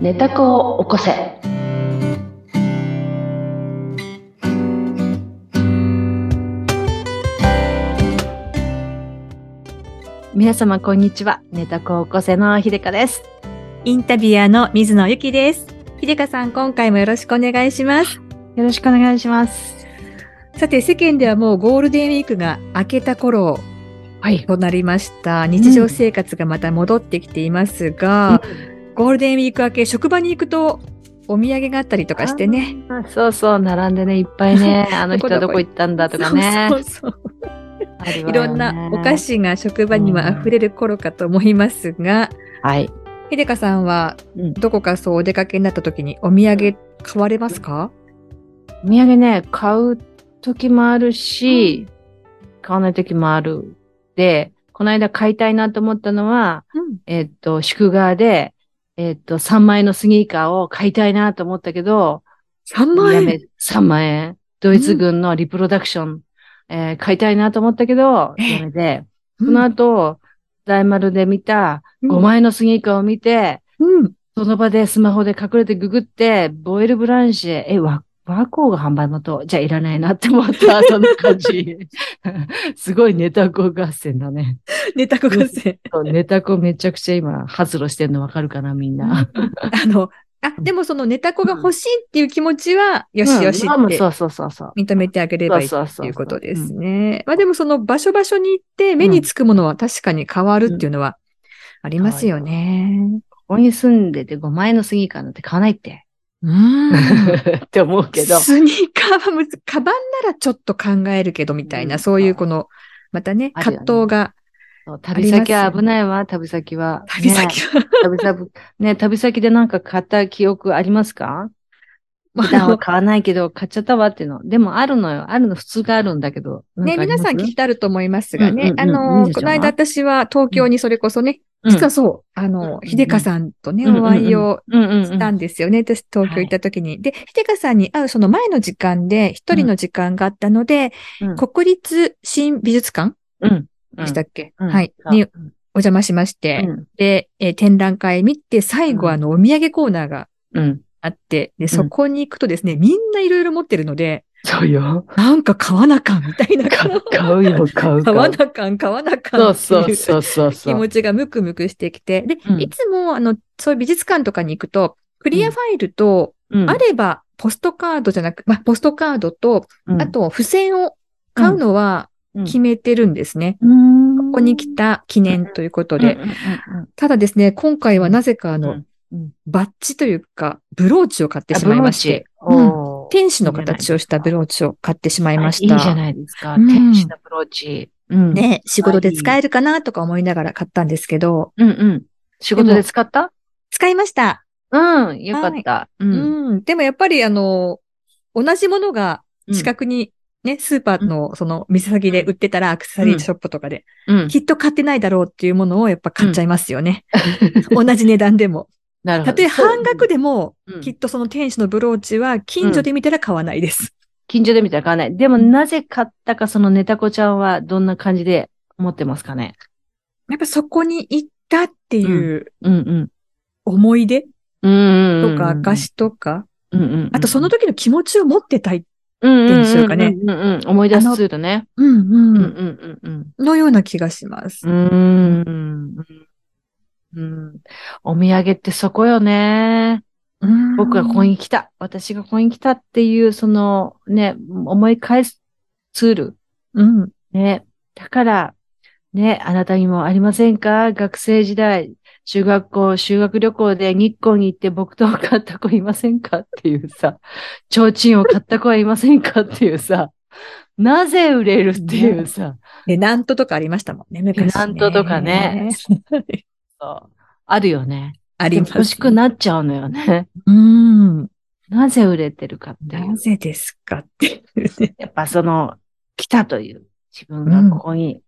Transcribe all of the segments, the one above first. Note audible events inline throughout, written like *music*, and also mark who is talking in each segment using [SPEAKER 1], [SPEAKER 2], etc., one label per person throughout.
[SPEAKER 1] 寝た子を起こせ。皆様こんにちは。寝た子を起こせの秀香です。
[SPEAKER 2] インタビュアーの水野ゆきです。ひでかさん、今回もよろしくお願いします。
[SPEAKER 1] よろしくお願いします。
[SPEAKER 2] さて、世間ではもうゴールデンウィークが明けた頃
[SPEAKER 1] はい。
[SPEAKER 2] となりました。日常生活がまた戻ってきていますが、ゴールデンウィーク明け、職場に行くとお土産があったりとかしてね。
[SPEAKER 1] あー。そうそう、並んでね、いっぱい
[SPEAKER 2] *laughs*
[SPEAKER 1] ね、あの人ど
[SPEAKER 2] どこどこ
[SPEAKER 1] こ行ったんだとかね
[SPEAKER 2] そ。うそうそう。
[SPEAKER 1] あるわ
[SPEAKER 2] い
[SPEAKER 1] よね
[SPEAKER 2] ろんなお菓。子が職場には溢れる頃かと思いますが、
[SPEAKER 1] はい。
[SPEAKER 2] ひでかさんは
[SPEAKER 1] うん
[SPEAKER 2] どこかそうお出かけになった時にお土産買われますか
[SPEAKER 1] お土産ね、買う時もあるし、買わない時もある。で、この間買いたいなと思ったのは、
[SPEAKER 2] うん。
[SPEAKER 1] えっと、宿川で、えっと、3万円のスニーカーを買いたいなと思ったけど、
[SPEAKER 2] 3万
[SPEAKER 1] や
[SPEAKER 2] 円
[SPEAKER 1] め3万円。ドイツ軍のリプロダクション、えー買いたいなと思ったけど、
[SPEAKER 2] ええ
[SPEAKER 1] やめて、その後、大丸で見た
[SPEAKER 2] うん
[SPEAKER 1] 5万円のスニーカーを見て、
[SPEAKER 2] うん。
[SPEAKER 1] その場でスマホで隠れてググって、ボエルブランシェ、え、ワワーコーが販売元、じゃあいらないなって思
[SPEAKER 2] *laughs*
[SPEAKER 1] った、そんな感じ。 *laughs* すごいネタ子合戦だね。
[SPEAKER 2] ネタ合戦。
[SPEAKER 1] そうネタ子めちゃくちゃ今、発露してんのわかるかな、みんな。
[SPEAKER 2] あの、あ、でもそのネタ子が欲しいっていう気持ちは、よ
[SPEAKER 1] よ
[SPEAKER 2] しよしって
[SPEAKER 1] そうそうそうそう。
[SPEAKER 2] 認めてあげればいい
[SPEAKER 1] そ
[SPEAKER 2] と
[SPEAKER 1] うそうそうそう
[SPEAKER 2] いうことですね。まあでもその場所場所に行って目につくものは確かに変わるっていうのはありますよね。
[SPEAKER 1] ここに住んでて5万円のスニーカーなんて買わないって。
[SPEAKER 2] う
[SPEAKER 1] *laughs*
[SPEAKER 2] ん。
[SPEAKER 1] って思うけど。
[SPEAKER 2] スニーカーはむず、カバンならちょっと考えるけどみたいな、
[SPEAKER 1] うん
[SPEAKER 2] そういうこの、またね、
[SPEAKER 1] あるよね
[SPEAKER 2] 葛藤が、
[SPEAKER 1] そう旅先は危ないわ、旅先は。
[SPEAKER 2] 旅先
[SPEAKER 1] ね
[SPEAKER 2] は、
[SPEAKER 1] 旅先。ね、旅先でなんか買った記憶ありますか普
[SPEAKER 2] あ
[SPEAKER 1] 段は
[SPEAKER 2] の
[SPEAKER 1] 買わないけ *laughs* ど、買っちゃったわっていうの。でもあるのよ。あるの普通があるんだけど。な
[SPEAKER 2] ね、
[SPEAKER 1] かありま
[SPEAKER 2] 皆
[SPEAKER 1] す
[SPEAKER 2] さん聞いてあると思いますが
[SPEAKER 1] うん
[SPEAKER 2] ね
[SPEAKER 1] う、んうん
[SPEAKER 2] あ
[SPEAKER 1] いいん
[SPEAKER 2] の、
[SPEAKER 1] でしょ
[SPEAKER 2] こ
[SPEAKER 1] う
[SPEAKER 2] の間私は東京にそれこそね、実はそう、あ
[SPEAKER 1] うんうん
[SPEAKER 2] の
[SPEAKER 1] う、ん
[SPEAKER 2] ひでかさんとね、
[SPEAKER 1] うんうんうん
[SPEAKER 2] お会いを
[SPEAKER 1] うんうんうん。
[SPEAKER 2] したんですよね。私、東京行った時に。で、ひでかさんに会うその前の時間で、一人の時間があったので、
[SPEAKER 1] うん
[SPEAKER 2] 国立新美術館
[SPEAKER 1] うん。
[SPEAKER 2] でしたっけ、
[SPEAKER 1] うん
[SPEAKER 2] はい。にお邪魔しまして、で、えー展覧会見て、最後、
[SPEAKER 1] うん
[SPEAKER 2] あの、お土産コーナーが
[SPEAKER 1] うん。
[SPEAKER 2] あって、で、そこに行くとですね、みんないろいろ持ってるので、
[SPEAKER 1] そう *laughs* よ。
[SPEAKER 2] なんか買わなかんみたい
[SPEAKER 1] *laughs*
[SPEAKER 2] な。
[SPEAKER 1] 買う買うよ、買う。
[SPEAKER 2] 買
[SPEAKER 1] 買
[SPEAKER 2] わ
[SPEAKER 1] う
[SPEAKER 2] なかん、買わなかん
[SPEAKER 1] そ
[SPEAKER 2] っ
[SPEAKER 1] う
[SPEAKER 2] てい
[SPEAKER 1] そう
[SPEAKER 2] う
[SPEAKER 1] そうそうそ
[SPEAKER 2] 気
[SPEAKER 1] う。
[SPEAKER 2] 持ちがムクムクしてきて、で、
[SPEAKER 1] うん
[SPEAKER 2] いつも、あの、そういう美術館とかに行くと、クリアファイルと、
[SPEAKER 1] うん
[SPEAKER 2] あれば、ポストカードじゃなく、まあ、ポストカードと、
[SPEAKER 1] うん
[SPEAKER 2] あと、付箋を買うのは
[SPEAKER 1] うん
[SPEAKER 2] 決めてるんですね。
[SPEAKER 1] うん
[SPEAKER 2] ここに来た記念ということ
[SPEAKER 1] う
[SPEAKER 2] で
[SPEAKER 1] ん。うんうんうん
[SPEAKER 2] ただですね、今回はなぜかあ
[SPEAKER 1] う
[SPEAKER 2] の
[SPEAKER 1] んうん、
[SPEAKER 2] バッジというか、ブローチを買って
[SPEAKER 1] あ
[SPEAKER 2] しまいまして、
[SPEAKER 1] ブローチ
[SPEAKER 2] 天使の形をしたブローチを買ってしまいました。
[SPEAKER 1] いいじゃないですか。
[SPEAKER 2] うん
[SPEAKER 1] 天使のブローチ。うん。。
[SPEAKER 2] ね、仕事で使えるかなとか思いながら買ったんですけど、
[SPEAKER 1] うんうん。仕事で使った
[SPEAKER 2] 使いました。
[SPEAKER 1] うん。よかった。う。
[SPEAKER 2] うんん。でもやっぱりあの、同じものが近くにね、スーパーのその店先で売ってたらアクセサリーショップとかで、
[SPEAKER 1] うん。
[SPEAKER 2] きっと買ってないだろうっていうものをやっぱ買っちゃいますよね。同じ値段で
[SPEAKER 1] *laughs*
[SPEAKER 2] も。
[SPEAKER 1] なるほ
[SPEAKER 2] た
[SPEAKER 1] ど。
[SPEAKER 2] とえ半額でも、
[SPEAKER 1] うん
[SPEAKER 2] きっとその天使のブローチは近所で見たら買わないです。
[SPEAKER 1] 近所で見たら買わない。でも、なぜ買ったか、そのネタ子ちゃんはどんな感じで持ってますかね。
[SPEAKER 2] やっぱそこに行ったっていう
[SPEAKER 1] うんうん。
[SPEAKER 2] 思い出
[SPEAKER 1] うんうんうん。
[SPEAKER 2] とか証とか、
[SPEAKER 1] うんうんうん。
[SPEAKER 2] あとその時の気持ちを持ってたい。
[SPEAKER 1] うん
[SPEAKER 2] でしょうかね
[SPEAKER 1] うんうんうん。思い出すとね。
[SPEAKER 2] うん
[SPEAKER 1] うんうんうんうん。
[SPEAKER 2] のような気がします。
[SPEAKER 1] うーん。うん。お土産ってそこよね。
[SPEAKER 2] うん
[SPEAKER 1] 僕がここに来た。私がここに来たっていう、そのね、思い返すツール。
[SPEAKER 2] うん。
[SPEAKER 1] ね。だから、ね、あなたにもありませんか学生時代、中学校、修学旅行で日光に行って木刀を買った子いませんかっていうさ、提灯を買った子はいませんかっていうさ、なぜ売れるっていうさ、
[SPEAKER 2] ペナントとかありましたもんね、昔ね
[SPEAKER 1] ペナントとか
[SPEAKER 2] *laughs*
[SPEAKER 1] ね。そうあるよね。
[SPEAKER 2] あ
[SPEAKER 1] で
[SPEAKER 2] り
[SPEAKER 1] も
[SPEAKER 2] ます、
[SPEAKER 1] 欲しくなっちゃうのよね。 *laughs*
[SPEAKER 2] うん。
[SPEAKER 1] なぜ売れてるかっていう
[SPEAKER 2] な。ぜですかっていうね。
[SPEAKER 1] やっぱその、来たという、自分がここに、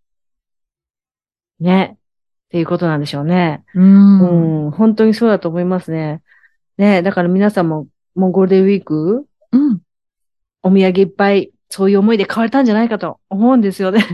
[SPEAKER 1] ね、っていうことなんでしょうね。
[SPEAKER 2] う。
[SPEAKER 1] うんん、本当にそうだと思いますね。ね、だから皆さんも、もうゴールデンウィーク、
[SPEAKER 2] うん。
[SPEAKER 1] お土産いっぱい、そういう思いで買われたんじゃないかと思うんですよね。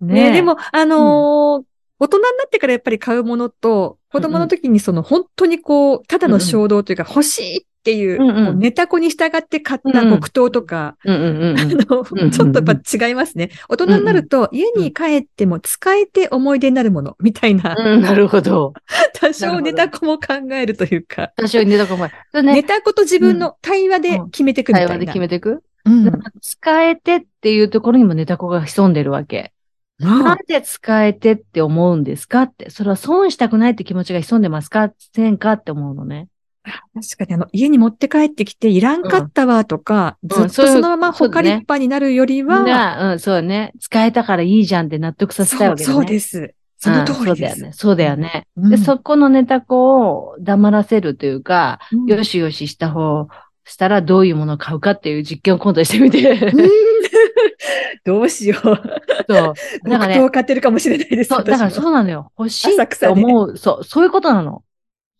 [SPEAKER 2] ねで、も、あのー大人になってからやっぱり買うものと、子供の時にその本当にこう、ただの衝動というか欲しいっていう、
[SPEAKER 1] うんうん
[SPEAKER 2] もうネタ子に従って買った
[SPEAKER 1] うん
[SPEAKER 2] 木刀とか、
[SPEAKER 1] うんうんうん。
[SPEAKER 2] あの
[SPEAKER 1] うんうん
[SPEAKER 2] ちょっとやっぱ違いますね。大人になると家に帰っても使えて思い出になるものみたいな、
[SPEAKER 1] うん、なるほど。
[SPEAKER 2] 多
[SPEAKER 1] なる
[SPEAKER 2] 少
[SPEAKER 1] ほど
[SPEAKER 2] ネタ子も考えるというか、
[SPEAKER 1] 私は寝たかも。そう
[SPEAKER 2] ネ
[SPEAKER 1] ね、
[SPEAKER 2] タ子と自分の対話で
[SPEAKER 1] うん
[SPEAKER 2] 決めていくみた
[SPEAKER 1] 会
[SPEAKER 2] いな。
[SPEAKER 1] 話で決めていく。
[SPEAKER 2] うん
[SPEAKER 1] だから使えてっていうところにもネタ子が潜んでるわけ。な
[SPEAKER 2] あ
[SPEAKER 1] ぜ使えてって思うんですかって。それは損したくないって気持ちが潜んでますかせんかって思うのね。
[SPEAKER 2] 確かにあの、家に持って帰ってきていらんかったわとか、
[SPEAKER 1] ん
[SPEAKER 2] ずっとそのままほかりっぱになるよりは、
[SPEAKER 1] な、うん、そうだね。使えたからいいじゃんって納得させたいわけだね。
[SPEAKER 2] そうそうです。その通りです。
[SPEAKER 1] うんそうだよね。そうだよね。
[SPEAKER 2] う
[SPEAKER 1] で、
[SPEAKER 2] ん
[SPEAKER 1] そこのネタ子を黙らせるというか、
[SPEAKER 2] うん
[SPEAKER 1] よしよしした方、したらどういうものを買うかっていう実験を今度してみて
[SPEAKER 2] う。ん *laughs* どうしよう。
[SPEAKER 1] *laughs* そう。だ
[SPEAKER 2] だ
[SPEAKER 1] か
[SPEAKER 2] から
[SPEAKER 1] ね
[SPEAKER 2] を買ってるかもしれないです。
[SPEAKER 1] そう、だから
[SPEAKER 2] 私も
[SPEAKER 1] そうなのよ。欲しいって思う、そう、そういうことなの。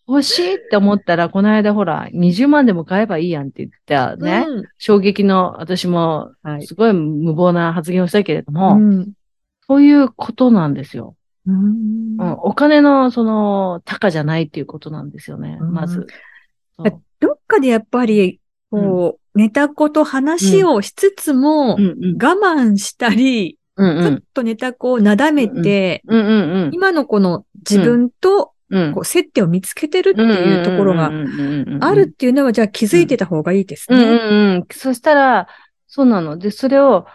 [SPEAKER 1] 欲しいって思ったら、この間ほら、20万でも買えばいいやんって言ったね、
[SPEAKER 2] うん
[SPEAKER 1] 衝撃の、私も、
[SPEAKER 2] はい。
[SPEAKER 1] すごい無謀な発言をしたけれども、
[SPEAKER 2] うん
[SPEAKER 1] そういうことなんですよ。
[SPEAKER 2] うん
[SPEAKER 1] うん、お金の、その、高じゃないっていうことなんですよね、
[SPEAKER 2] うん
[SPEAKER 1] まず。そ
[SPEAKER 2] だ
[SPEAKER 1] う
[SPEAKER 2] どっかでやっぱり、こう、ネタ子と話をしつつも、
[SPEAKER 1] うん
[SPEAKER 2] 我
[SPEAKER 1] うん。
[SPEAKER 2] 慢したり、
[SPEAKER 1] うん
[SPEAKER 2] ち
[SPEAKER 1] う
[SPEAKER 2] ょっ
[SPEAKER 1] ん。
[SPEAKER 2] とネタ子をなだめて、
[SPEAKER 1] うんうんうん。
[SPEAKER 2] 今のこの自分と
[SPEAKER 1] うん
[SPEAKER 2] こう接点を見つけてるっていうところがあるっていうのは、じゃあ気づいてた方がいいです
[SPEAKER 1] うんうん
[SPEAKER 2] ね。
[SPEAKER 1] うん。そしたら、そうなの。で、それを、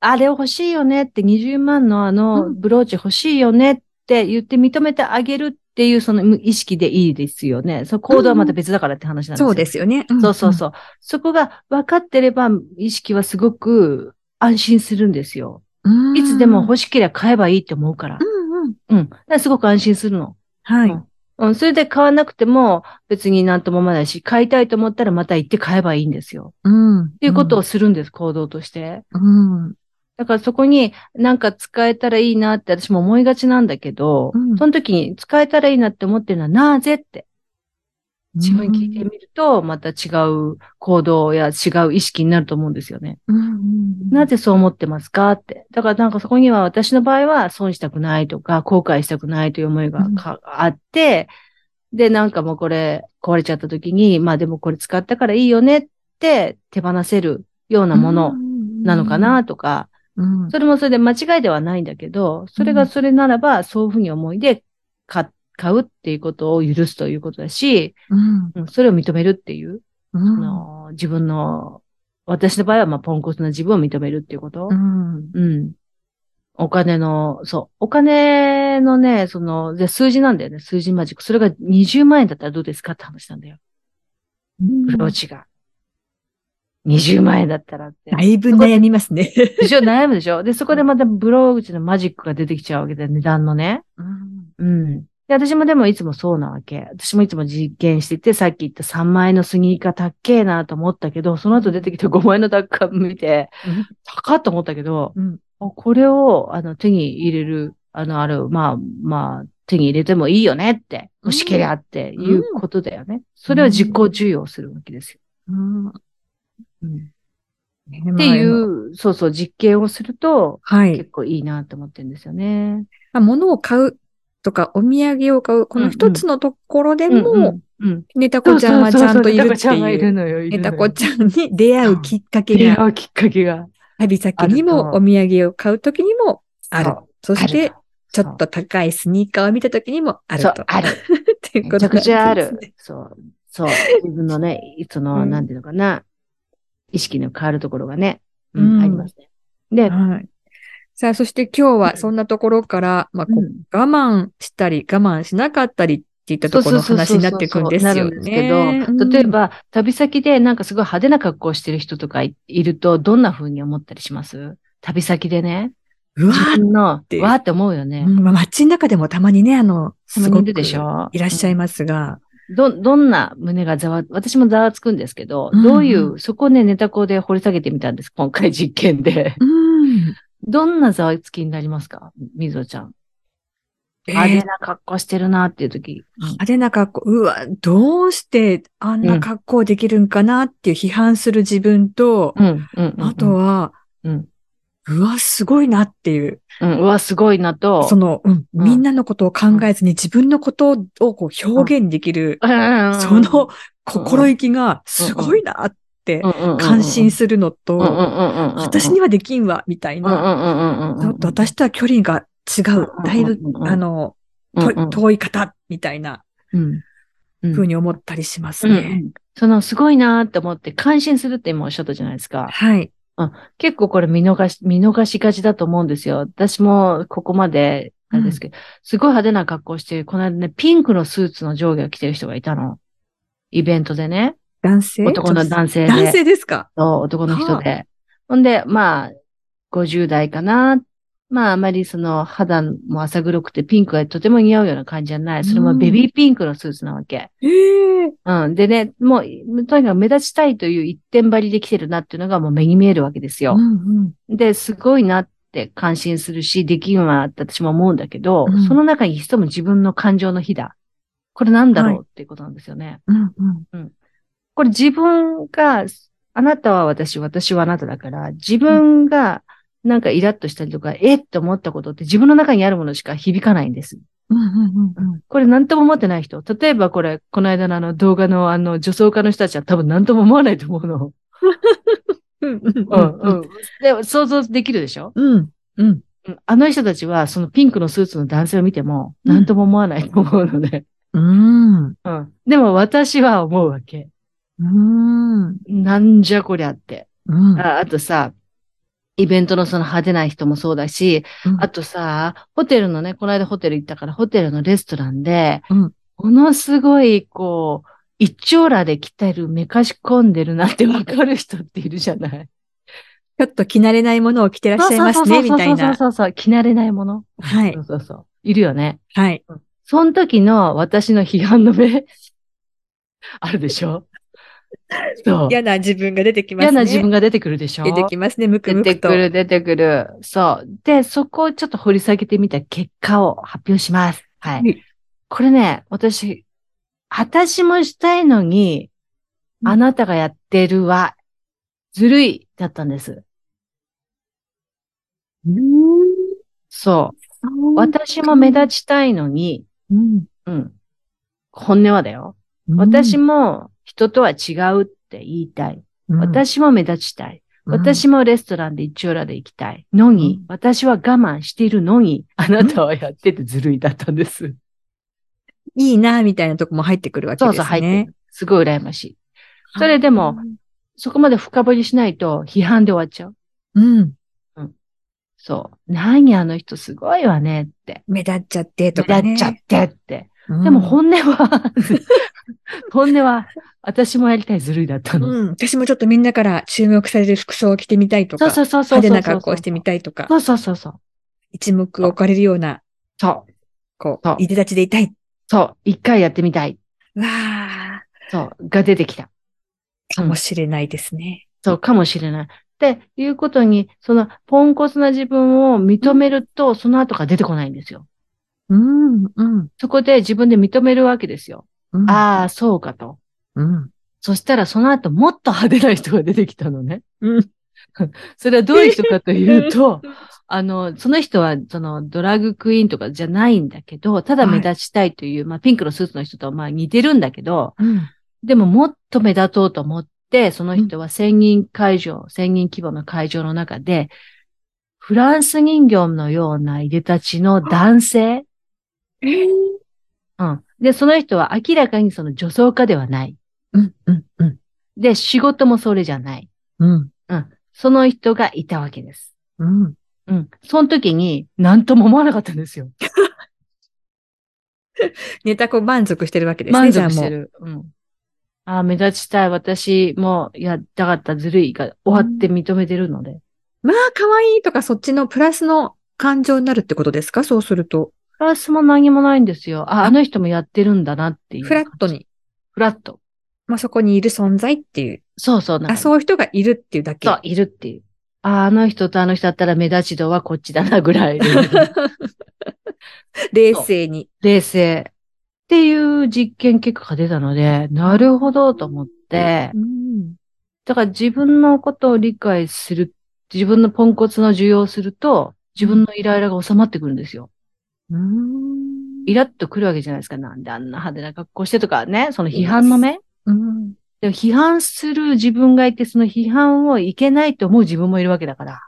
[SPEAKER 1] あれ欲しいよねって、20万のあ
[SPEAKER 2] う
[SPEAKER 1] の
[SPEAKER 2] ん
[SPEAKER 1] ブローチ欲しいよねって言って認めてあげるっていうその意識でいいですよね。その行動はまた別だからって話なんですよ。
[SPEAKER 2] そうですよね。ん
[SPEAKER 1] そうそうそう。そこが分かってれば意識はすごく安心するんですよ。
[SPEAKER 2] うん
[SPEAKER 1] いつでも欲しければ買えばいいって思うから
[SPEAKER 2] う。んうん。
[SPEAKER 1] うん。だからすごく安心するの。
[SPEAKER 2] はい。
[SPEAKER 1] うん。それで買わなくても別になんとも思わないし、買いたいと思ったらまた行って買えばいいんですよ。
[SPEAKER 2] うん。っ
[SPEAKER 1] っていうことをするんです、行動として。
[SPEAKER 2] うん。
[SPEAKER 1] だからそこになんか使えたらいいなって私も思いがちなんだけど、
[SPEAKER 2] うん
[SPEAKER 1] その時に使えたらいいなって思ってるのはなぜって自分に聞いてみると、また違う行動や違う意識になると思うんですよね。
[SPEAKER 2] うんうん
[SPEAKER 1] なぜそう思ってますかって。だからなんかそこには私の場合は損したくないとか後悔したくないという思いがかあって、でなんかもうこれ壊れちゃった時に、まあでもこれ使ったからいいよねって手放せるようなものなのかな、とか、
[SPEAKER 2] うんうん
[SPEAKER 1] それもそれで間違いではないんだけど、それがそれならば、そういうふうに思いで買買うっていうことを許すということだし、
[SPEAKER 2] うん
[SPEAKER 1] うんそれを認めるっていう、
[SPEAKER 2] う
[SPEAKER 1] あ
[SPEAKER 2] ん
[SPEAKER 1] の自分の、私の場合はまあポンコツな自分を認めるっていうこと
[SPEAKER 2] う。ん
[SPEAKER 1] うん。お金の、そう、お金のね、その、で数字なんだよね、数字マジック。それが20万円だったらどうですかって話なんだよ。ブローチが。20万円だったらって。
[SPEAKER 2] だいぶ悩みますね。
[SPEAKER 1] でしょ悩むでしょで、そこでまたブログチのマジックが出てきちゃうわけで、値段のね。うん。で、私もでもいつもそうなわけ。私もいつも実験してて、さっき言った3万円のスニーカー高えなと思ったけど、その後出てきた5万円の高ー見て、高っと思ったけど、
[SPEAKER 2] うん
[SPEAKER 1] あこれをあの手に入れる、あの、ある、まあ、まあ、手に入れてもいいよねって、欲しけりゃっていうことだよね。それを実行重要するわけですよ。
[SPEAKER 2] うん
[SPEAKER 1] っ
[SPEAKER 2] ね
[SPEAKER 1] てい
[SPEAKER 2] まあ
[SPEAKER 1] う、そうそう、実験をすると、
[SPEAKER 2] はい。
[SPEAKER 1] 結構いいなと思ってるんですよね。
[SPEAKER 2] まあ物を買うとか、お土産を買う、この一つのところでも、、
[SPEAKER 1] うん。
[SPEAKER 2] ネタ子ちゃんはちゃんといるって
[SPEAKER 1] ちゃんがい
[SPEAKER 2] い
[SPEAKER 1] る
[SPEAKER 2] う。
[SPEAKER 1] のよ。
[SPEAKER 2] ネタ子ちゃんに出会うきっかけが、
[SPEAKER 1] きっかけが
[SPEAKER 2] 旅先にもお土産を買うときにもある。そ
[SPEAKER 1] ある。
[SPEAKER 2] して、ちょっと高いスニーカーを見たときにもある
[SPEAKER 1] そう
[SPEAKER 2] と。、
[SPEAKER 1] ある。
[SPEAKER 2] っていうこ
[SPEAKER 1] め
[SPEAKER 2] と
[SPEAKER 1] ちゃくちゃある
[SPEAKER 2] なんですね。。
[SPEAKER 1] そう、そう。自分のね、その、
[SPEAKER 2] うん
[SPEAKER 1] なんていうのかな、意識の変わるところがね、う
[SPEAKER 2] うん
[SPEAKER 1] ん、ありますね。で、
[SPEAKER 2] はい。さあ、そして今日はそんなところから、まあ、こう
[SPEAKER 1] うん
[SPEAKER 2] 我慢したり、我慢しなかったりっていったところの話になっていくんです
[SPEAKER 1] そ
[SPEAKER 2] よ
[SPEAKER 1] うそうそうそうな
[SPEAKER 2] ね。
[SPEAKER 1] るんですけど、
[SPEAKER 2] うん
[SPEAKER 1] 例え、ば、旅先でなんかすごい派手な格好をしてる人とかいいると、どんな風に思ったりします旅先でね。
[SPEAKER 2] うわ
[SPEAKER 1] 自分の、わ
[SPEAKER 2] て
[SPEAKER 1] ーって思うよ
[SPEAKER 2] ー
[SPEAKER 1] ね
[SPEAKER 2] う。んまあ街の中でもたまにね、あの、
[SPEAKER 1] たますに
[SPEAKER 2] ご
[SPEAKER 1] い
[SPEAKER 2] く
[SPEAKER 1] るでし
[SPEAKER 2] い
[SPEAKER 1] ょ
[SPEAKER 2] らっしゃい
[SPEAKER 1] ま
[SPEAKER 2] ますが、
[SPEAKER 1] す。ど、どんな胸がざわ、私もざわつくんですけど、
[SPEAKER 2] うんうん
[SPEAKER 1] どういう、そこをね、ネタ校で掘り下げてみたんです。今回実験で。 *laughs*
[SPEAKER 2] うん。
[SPEAKER 1] どんなざわつきになりますかみぞちゃん。
[SPEAKER 2] えー
[SPEAKER 1] 派手な格好してるなっていう時。
[SPEAKER 2] 派手な格好、うわ、どうしてあんな格好できるんかなっていう批判する自分と、
[SPEAKER 1] うん、うん。うん
[SPEAKER 2] あと、は、
[SPEAKER 1] うん
[SPEAKER 2] うわ、すごいなっていう。
[SPEAKER 1] うん、うわ、すごいなと、
[SPEAKER 2] その、うん、
[SPEAKER 1] うん
[SPEAKER 2] みんなのことを考えずに自分のことをこう表現できる、そ
[SPEAKER 1] そ
[SPEAKER 2] の心意気がすごいなって感心するのと、私
[SPEAKER 1] 私
[SPEAKER 2] にはできんわ、みたいな。ちょっと私とは距離が違う。だいぶ、あの、と遠い方、みたいな風に思ったりしますね。
[SPEAKER 1] そのすごいなーって思って感心するって今おっしゃったじゃないですか。
[SPEAKER 2] はい。
[SPEAKER 1] 結構これ見逃し、見逃しがちだと思うんですよ。私もここまで、あれですけど、すごい派手な格好して、この間ね、ピンクのスーツの上下を着てる人がいたの。イベントでね。
[SPEAKER 2] 男性
[SPEAKER 1] 男の男性で。
[SPEAKER 2] 男性ですか
[SPEAKER 1] そう、男の人で。ほんで、まあ、50代かな。まあ、あまりその肌も浅黒くてピンクがとても似合うような感じじゃない。それもベビーピンクのスーツなわけ。
[SPEAKER 2] ええ
[SPEAKER 1] うん。でね、もう、とにかく目立ちたいという一点張りで来てるなっていうのがもう目に見えるわけですよ
[SPEAKER 2] う。んうん。
[SPEAKER 1] で、すごいなって感心するし、できんわって私も思うんだけど、
[SPEAKER 2] うん
[SPEAKER 1] その中に潜む自分の感情の火だ。これなんだろうっていうことなんですよね。
[SPEAKER 2] うんうん。
[SPEAKER 1] これ自分が、あなたは私、私はあなただから、自分がなんかイラッとしたりとか、えっと思ったことって自分の中にあるものしか響かないんです。
[SPEAKER 2] うんうんうん
[SPEAKER 1] これ何とも思ってない人。例えばこれ、この間のあの動画のあの女装家の人たちは多分何とも思わないと思うの。
[SPEAKER 2] うん。うん
[SPEAKER 1] う
[SPEAKER 2] うんうん
[SPEAKER 1] んうん。で、想像できるでしょ
[SPEAKER 2] うん。うん。
[SPEAKER 1] うんあの人たちはそのピンクのスーツの男性を見ても
[SPEAKER 2] うん
[SPEAKER 1] 何とも思わないと思うので。
[SPEAKER 2] うん。
[SPEAKER 1] *laughs* うん。でも私は思うわけ。
[SPEAKER 2] うん。
[SPEAKER 1] なんじゃこりゃって。
[SPEAKER 2] うん。
[SPEAKER 1] ああとさ、イベントのその派手な人もそうだし、あとさ、ホテルのね、この間ホテル行ったから、ホテルのレストランで、
[SPEAKER 2] うん
[SPEAKER 1] ものすごい、こう、一丁羅で来てる、めかし込んでるなってわかる人っているじゃない
[SPEAKER 2] ちょっと着慣れないものを着てらっしゃいますね、みたい
[SPEAKER 1] そうそう
[SPEAKER 2] な。
[SPEAKER 1] そうそうそうそう、着慣れないもの。
[SPEAKER 2] はい
[SPEAKER 1] そう。そうそう。いるよね。
[SPEAKER 2] はい。
[SPEAKER 1] その時の私の批判の目、 *laughs* あるでしょそう。
[SPEAKER 2] 嫌な自分が出てきます
[SPEAKER 1] 嫌
[SPEAKER 2] ね。
[SPEAKER 1] な自分が出てくるでしょ
[SPEAKER 2] 出てきますね、むく
[SPEAKER 1] 出
[SPEAKER 2] む
[SPEAKER 1] て
[SPEAKER 2] くと。
[SPEAKER 1] くる、出てくる。そう。で、そこをちょっと掘り下げてみた結果を発表します。はい。
[SPEAKER 2] はい
[SPEAKER 1] これね、私、私もしたいのに、
[SPEAKER 2] うん
[SPEAKER 1] あなたがやってるは、ずるい、だったんです。そう。私も目立ちたいのに、
[SPEAKER 2] うん、
[SPEAKER 1] うん。本音はだよ。私も人とは違うって言いたい。
[SPEAKER 2] うん、
[SPEAKER 1] 私も目立ちたい。
[SPEAKER 2] うん、
[SPEAKER 1] 私もレストランで一応らで行きたいのに、
[SPEAKER 2] うん
[SPEAKER 1] 私は我慢しているのに、あなたはやっててずるいだったんです。
[SPEAKER 2] いいな、みたいなとこも入ってくるわけ
[SPEAKER 1] そ
[SPEAKER 2] で
[SPEAKER 1] う
[SPEAKER 2] す
[SPEAKER 1] そ
[SPEAKER 2] ね。
[SPEAKER 1] う、入ってる。すごい羨ましい。それでも、そこまで深掘りしないと批判で終わっちゃう。
[SPEAKER 2] うん。
[SPEAKER 1] そう。何あの人すごいわねって。
[SPEAKER 2] 目立っちゃってと
[SPEAKER 1] 目
[SPEAKER 2] か
[SPEAKER 1] 立
[SPEAKER 2] ね。
[SPEAKER 1] っちゃってって。
[SPEAKER 2] うん
[SPEAKER 1] でも本音は、 *laughs* 本音は、私もやりたいずるいだったの。
[SPEAKER 2] うん。私もちょっとみんなから注目される服装を着てみたいと
[SPEAKER 1] そ
[SPEAKER 2] か、
[SPEAKER 1] うそうそうそうそう。
[SPEAKER 2] 派手な格好をしてみたいとか
[SPEAKER 1] そ、うそうそうそう。
[SPEAKER 2] 一目置かれるような、
[SPEAKER 1] そう。
[SPEAKER 2] こ
[SPEAKER 1] そう
[SPEAKER 2] う、いでたちでいたい。
[SPEAKER 1] そう。一回やってみたい。
[SPEAKER 2] わあ、
[SPEAKER 1] そう。が出てきた。
[SPEAKER 2] かもしれないですね。
[SPEAKER 1] そうかもしれない。っていうことに、そのポンコツな自分を認めると、その後が出てこないんですよ。
[SPEAKER 2] うん、うん。
[SPEAKER 1] そこで自分で認めるわけですよ。ああ、そうかと。
[SPEAKER 2] うん。
[SPEAKER 1] そしたらその後もっと派手な人が出てきたのね。
[SPEAKER 2] うん。
[SPEAKER 1] *laughs* それはどういう人かというと、 *laughs* あの、その人は、その、ドラッグクイーンとかじゃないんだけど、ただ目立ちたいという、まあ、ピンクのスーツの人と、まあ、似てるんだけど、
[SPEAKER 2] うん。
[SPEAKER 1] でももっと目立とうと思って、その人は1000人会場、1000人規模の会場の中で、フランス人形のようないでたちの男性。うん。で、その人は明らかにその女装家ではない。
[SPEAKER 2] うん、うん、うん。
[SPEAKER 1] で、仕事もそれじゃない。
[SPEAKER 2] うん。
[SPEAKER 1] うん。その人がいたわけです。
[SPEAKER 2] うん。
[SPEAKER 1] うん。その時に何とも思わなかったんですよ。
[SPEAKER 2] ネタこう満足してるわけですね。
[SPEAKER 1] 満足して
[SPEAKER 2] じゃ
[SPEAKER 1] る。うん。ああ、目立ちたい。私もやったかったずるいが終わって認めてるので。
[SPEAKER 2] あもう。まあ、可愛いとかそっちのプラスの感情になるってことですかそうすると。
[SPEAKER 1] プラスも何もないんですよ。あ、あの人もやってるんだなっていう。
[SPEAKER 2] フラット。に。
[SPEAKER 1] フラット。
[SPEAKER 2] まあ、そこにいる存在っていう。
[SPEAKER 1] そうそう。なんか
[SPEAKER 2] あ、そういう人がいるっていうだけ。
[SPEAKER 1] そう、いるっていう。あ、あの人とあの人だったら目立ち度はこっちだなぐらいで。
[SPEAKER 2] *laughs* 冷静に。
[SPEAKER 1] 冷静。っていう実験結果が出たので、なるほどと思って
[SPEAKER 2] う、ん
[SPEAKER 1] だから自分のことを理解する自分のポンコツの受容すると、自分のイライラが収まってくるんですよ。
[SPEAKER 2] うん。
[SPEAKER 1] イラッとくるわけじゃないですか。なんであんな派手な格好してとかね、その批判の目。
[SPEAKER 2] うん。
[SPEAKER 1] でも批判する自分がいて、その批判をいけないと思う自分もいるわけだから。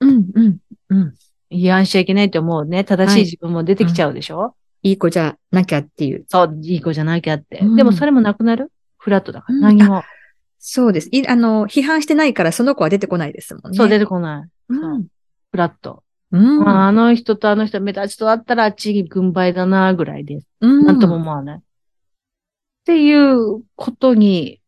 [SPEAKER 2] うん、うん、うん。、
[SPEAKER 1] 批判しちゃいけないと思うね。正しい自分も出てきちゃうでしょ、はい
[SPEAKER 2] うん、いい子じゃなきゃっていう。
[SPEAKER 1] そう、いい子じゃなきゃって。うん、でもそれもなくなるフラットだから。何も。
[SPEAKER 2] そうです。い、あの、批判してないからその子は出てこないですもんね。
[SPEAKER 1] そう、出てこない。うん。フラット。
[SPEAKER 2] うん。
[SPEAKER 1] まあ、あの人とあの人、目立ちとあったらあっち軍配だな、ぐらいです。
[SPEAKER 2] うん。
[SPEAKER 1] なんとも思わない。っていうことに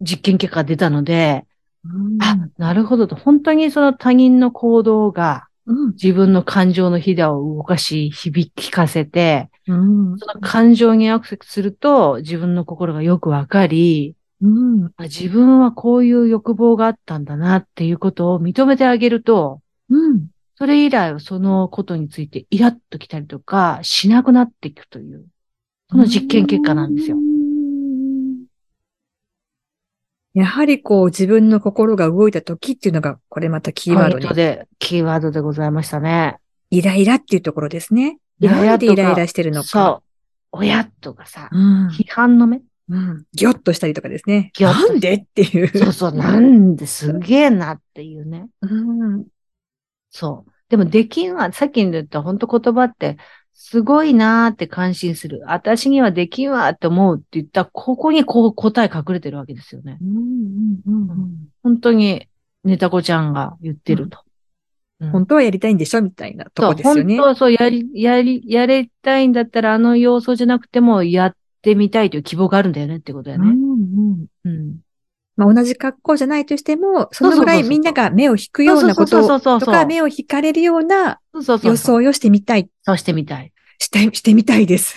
[SPEAKER 1] 実験結果が出たので、
[SPEAKER 2] うん、
[SPEAKER 1] あ、なるほどと。本当にその他人の行動が、
[SPEAKER 2] うん、
[SPEAKER 1] 自分の感情のひだを動かし、響きかせて、
[SPEAKER 2] うん、
[SPEAKER 1] その感情にアクセスすると自分の心がよくわかり、
[SPEAKER 2] うん、
[SPEAKER 1] 自分はこういう欲望があったんだなっていうことを認めてあげると、
[SPEAKER 2] うん、
[SPEAKER 1] それ以来そのことについてイラッときたりとかしなくなっていくという、この実験結果なんですよ。
[SPEAKER 2] やはりこう自分の心が動いた時っていうのが、これまたキーワードに。
[SPEAKER 1] ポイントで、キーワードでございましたね。
[SPEAKER 2] イライラっていうところですね。イライラでイライラしてるのか。
[SPEAKER 1] そう。親とかさ、
[SPEAKER 2] うん、
[SPEAKER 1] 批判の目
[SPEAKER 2] うん、ギョッとしたりとかですね。
[SPEAKER 1] ギョッ
[SPEAKER 2] なんでっていう。
[SPEAKER 1] そうそう、なんですげえなっていうね。
[SPEAKER 2] うん、
[SPEAKER 1] そう。でもできんわ、さっき言った本当言葉って、すごいなーって感心する。私にはできんわって思うって言ったら、ここにこう答え隠れてるわけですよね。
[SPEAKER 2] うんうんうん、
[SPEAKER 1] 本当に、ネタ子ちゃんが言ってると。
[SPEAKER 2] うん、本当はやりたいんでしょみたいなとこです
[SPEAKER 1] そ
[SPEAKER 2] よね。
[SPEAKER 1] う、本当はそう、やり、やり、やりたいんだったら、あの要素じゃなくても、やってみたいという希望があるんだよねってことだよね。
[SPEAKER 2] うん
[SPEAKER 1] うんうん
[SPEAKER 2] まあ、同じ格好じゃないとしても、そのぐらいみんなが目を引くようなこととか、目を引かれるような装いをしてみたい。
[SPEAKER 1] そうしてみたい。
[SPEAKER 2] して、してみたいです。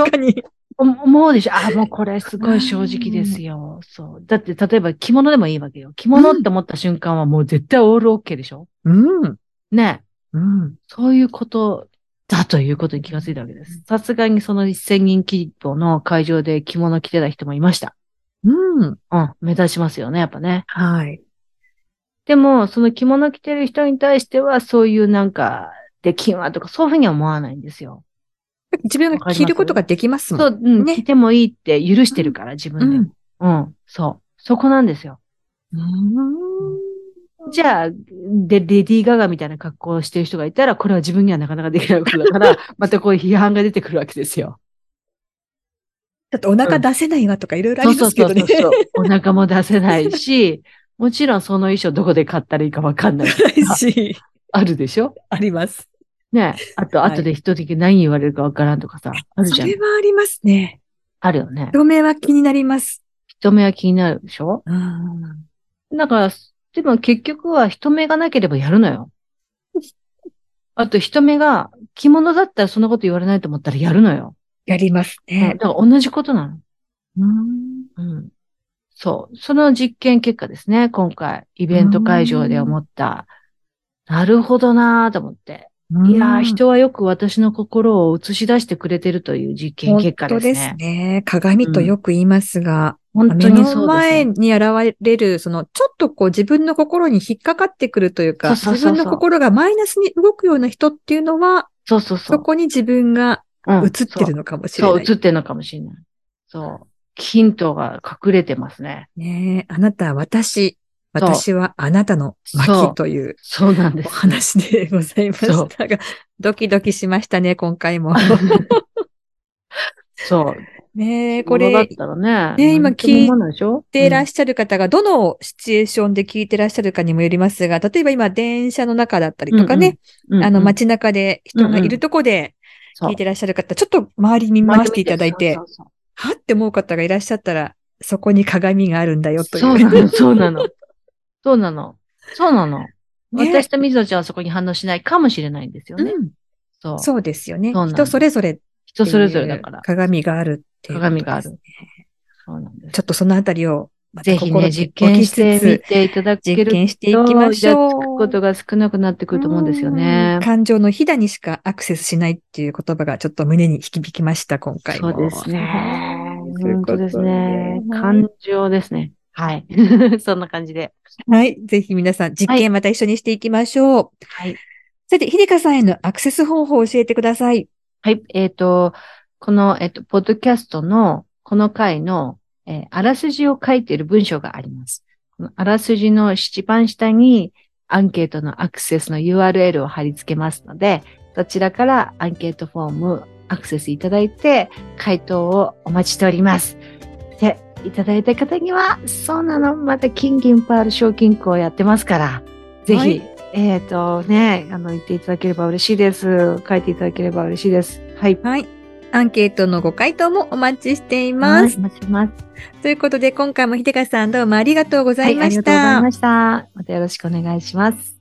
[SPEAKER 2] 確かに。
[SPEAKER 1] 思うでしょあ、もうこれすごい正直ですよ。そう。だって、例えば着物でもいいわけよ。着物って思った瞬間はもう絶対オールオッケーでしょ
[SPEAKER 2] うん。
[SPEAKER 1] ね。
[SPEAKER 2] うん。
[SPEAKER 1] そういうことだということに気がついたわけです。さすがにその1000人規模の会場で着物着てた人もいました。
[SPEAKER 2] うん。
[SPEAKER 1] うん。目指しますよね、やっぱね。
[SPEAKER 2] はい。
[SPEAKER 1] でも、その着物着てる人に対しては、そういうなんか、できんわとか、そういうふうには思わないんですよ。
[SPEAKER 2] 自分が着ることができますもん
[SPEAKER 1] そう、うん、ね、着てもいいって許してるから、自分で、うん、うん。そう。そこなんですよ。
[SPEAKER 2] うん。
[SPEAKER 1] じゃあ、で、レディー・ガガみたいな格好をしてる人がいたら、これは自分にはなかなかできないことだから、
[SPEAKER 2] *laughs*
[SPEAKER 1] またこういう批判が出てくるわけですよ。
[SPEAKER 2] だってお腹出せないわとかいろいろありますけどね、うん。そうそうそ
[SPEAKER 1] お
[SPEAKER 2] う
[SPEAKER 1] 腹も出せないし、もちろんその衣装どこで買ったらいいかわかんない
[SPEAKER 2] *laughs* し。
[SPEAKER 1] あるでしょ
[SPEAKER 2] あります。
[SPEAKER 1] ねあと、後で人的何言われるかわからんとかさ、はい、あるじゃん。
[SPEAKER 2] それはありますね。
[SPEAKER 1] あるよね。
[SPEAKER 2] 人目は気になります。
[SPEAKER 1] 人目は気になるでしょ
[SPEAKER 2] うん。
[SPEAKER 1] だから、でも結局は人目がなければやるのよ。あと人目が着物だったらそんなこと言われないと思ったらやるのよ。
[SPEAKER 2] やりますね。
[SPEAKER 1] だから同じことな
[SPEAKER 2] の。
[SPEAKER 1] うん。うん。そう。その実験結果ですね。今回、イベント会場で思った。なるほどなぁと思って。いや人はよく私の心を映し出してくれてるという実験結果ですね。
[SPEAKER 2] 本当ですね。鏡とよく言いますが、
[SPEAKER 1] うん、本当にそう
[SPEAKER 2] ですね、目の前に現れる、その、ちょっとこう自分の心に引っかかってくるというか、自分の心がマイナスに動くような人っていうのは、
[SPEAKER 1] そうそうそう。
[SPEAKER 2] そこに自分が映ってるのかもしれない、
[SPEAKER 1] うん、そう、映ってるのかもしれない。そう。ヒントが隠れてますね。
[SPEAKER 2] ねえ、あなたは私、私はあなたの巻という
[SPEAKER 1] そうなんです
[SPEAKER 2] お話でございましたが、ドキドキしましたね、今回
[SPEAKER 1] *laughs*
[SPEAKER 2] も。。
[SPEAKER 1] そう
[SPEAKER 2] ねえ、これ、だ
[SPEAKER 1] ったらね
[SPEAKER 2] ね今聞いてらっしゃる方が、どのシチュエーションで聞いてらっしゃるかにもよりますが、例えば今、電車の中だったりとかね、あの街中で人がいるとこで、聞いてらっしゃる方、ちょっと周り見回していただいて、はって思う方がいらっしゃったら、そこに鏡があるんだよという。
[SPEAKER 1] そうなの、そうなの。そうなの。そうなの。ね、私と水野ちゃんはそこに反応しないかもしれないんですよね。
[SPEAKER 2] うん、
[SPEAKER 1] そう
[SPEAKER 2] そうですよね。人それぞれ。
[SPEAKER 1] 人それぞれだから。
[SPEAKER 2] 鏡があるっていう、
[SPEAKER 1] ね、鏡がある。そうなんです。
[SPEAKER 2] ちょっとそのあたりを
[SPEAKER 1] ぜひね、実験してみていただけ
[SPEAKER 2] る実験していきましょう。
[SPEAKER 1] つくことが少なくなってくると思うんですよね。
[SPEAKER 2] 感情のひだにしかアクセスしないっていう言葉がちょっと胸に響きました、今回
[SPEAKER 1] そうですね。本当ですね。感情ですね。はい。 *laughs* そんな感じで。
[SPEAKER 2] はい。ぜひ皆さん、実験また一緒にしていきましょう。
[SPEAKER 1] はい。
[SPEAKER 2] さて、ひでかさんへのアクセス方法を教えてください。
[SPEAKER 1] はい。えっ、と、この、えっ、と、ポッドキャストの、この回の、えーあらすじを書いている文章があります。このあらすじの一番下に、アンケートのアクセスの URL を貼り付けますので、そちらからアンケートフォーム、アクセスいただいて、回答をお待ちしております。で、いただいた方には、そうなの、また金銀パール賞金庫をやってますから、ぜひ、
[SPEAKER 2] はい
[SPEAKER 1] えっ、とね、あの、言っていただければ嬉しいです。書いていただければ嬉しいです。はい。
[SPEAKER 2] はい。アンケートのご回答もお待ちしています。
[SPEAKER 1] はい待ってます。
[SPEAKER 2] ということで、今回もひでかさんどうもありがとうござ
[SPEAKER 1] はいい、あ
[SPEAKER 2] ま
[SPEAKER 1] り
[SPEAKER 2] し
[SPEAKER 1] がとうござ
[SPEAKER 2] た
[SPEAKER 1] い。ました。またよろしくお願いします。